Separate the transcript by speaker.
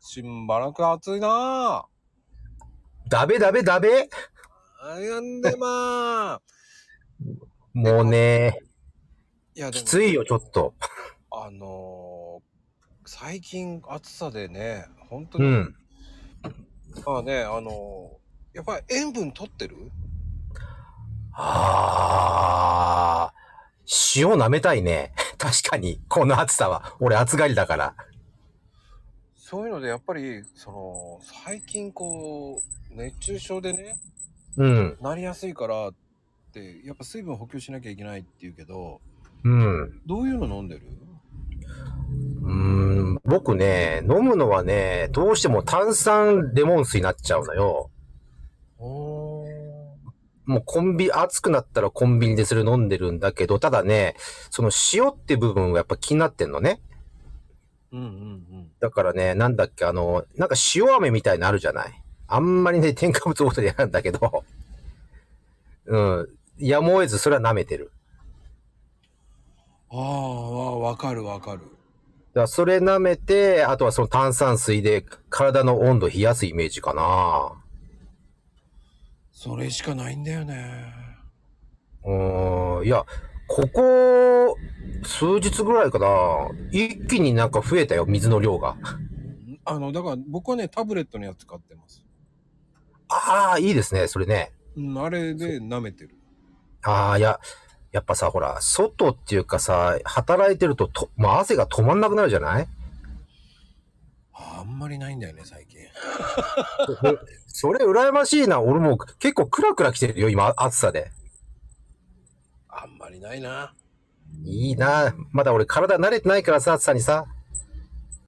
Speaker 1: しばらく暑いな
Speaker 2: ダベダベダベ
Speaker 1: ぁ。悩んでまー。
Speaker 2: もうね、
Speaker 1: いや、で
Speaker 2: き
Speaker 1: も、
Speaker 2: ついよ、ちょっと。
Speaker 1: あのー最近暑さでね、本当
Speaker 2: う
Speaker 1: に、
Speaker 2: ん。
Speaker 1: まあね、あのーやっぱり塩分取ってる
Speaker 2: あー、塩舐めたいね。 確かに、この暑さは。俺、暑がりだから。
Speaker 1: そういうので、やっぱり、その、最近こう、熱中症でね、
Speaker 2: うん、
Speaker 1: なりやすいからって、やっぱ水分補給しなきゃいけないって言うけど、
Speaker 2: うん。
Speaker 1: どういうの飲んでる
Speaker 2: うーん僕ね、飲むのはね、どうしても炭酸レモン水になっちゃうのよ。
Speaker 1: おー。
Speaker 2: もうコンビ、暑くなったらコンビニでする飲んでるんだけど、ただね、その塩って部分はやっぱ気になってんのね。
Speaker 1: うんうんうん。
Speaker 2: だからね、なんだっけ、あの、なんか塩飴みたいのあるじゃない。あんまりね、添加物多くて嫌なんだけど、 うん、やむを得ずそれは舐めてる。
Speaker 1: ああ、わかるわかる。
Speaker 2: だからそれ舐めて、あとはその炭酸水で体の温度冷やすイメージかな。
Speaker 1: それしかないんだよね。
Speaker 2: うーんいや、ここ、数日ぐらいかな、一気になんか増えたよ、水の量が。
Speaker 1: あの、だから僕はね、タブレットのやつ買ってます。
Speaker 2: ああ、いいですね、それね。
Speaker 1: うん、あれで舐めてる。
Speaker 2: ああ、いや、やっぱさ、ほら、外っていうかさ、働いてるとと、まあ、汗が止まんなくなるじゃない
Speaker 1: あんまりないんだよね、最近。
Speaker 2: それ羨ましいな、俺もう結構クラクラ来てるよ、今、暑さで。
Speaker 1: あんまりないな。
Speaker 2: いいな、まだ俺体慣れてないからさ、暑さにさ。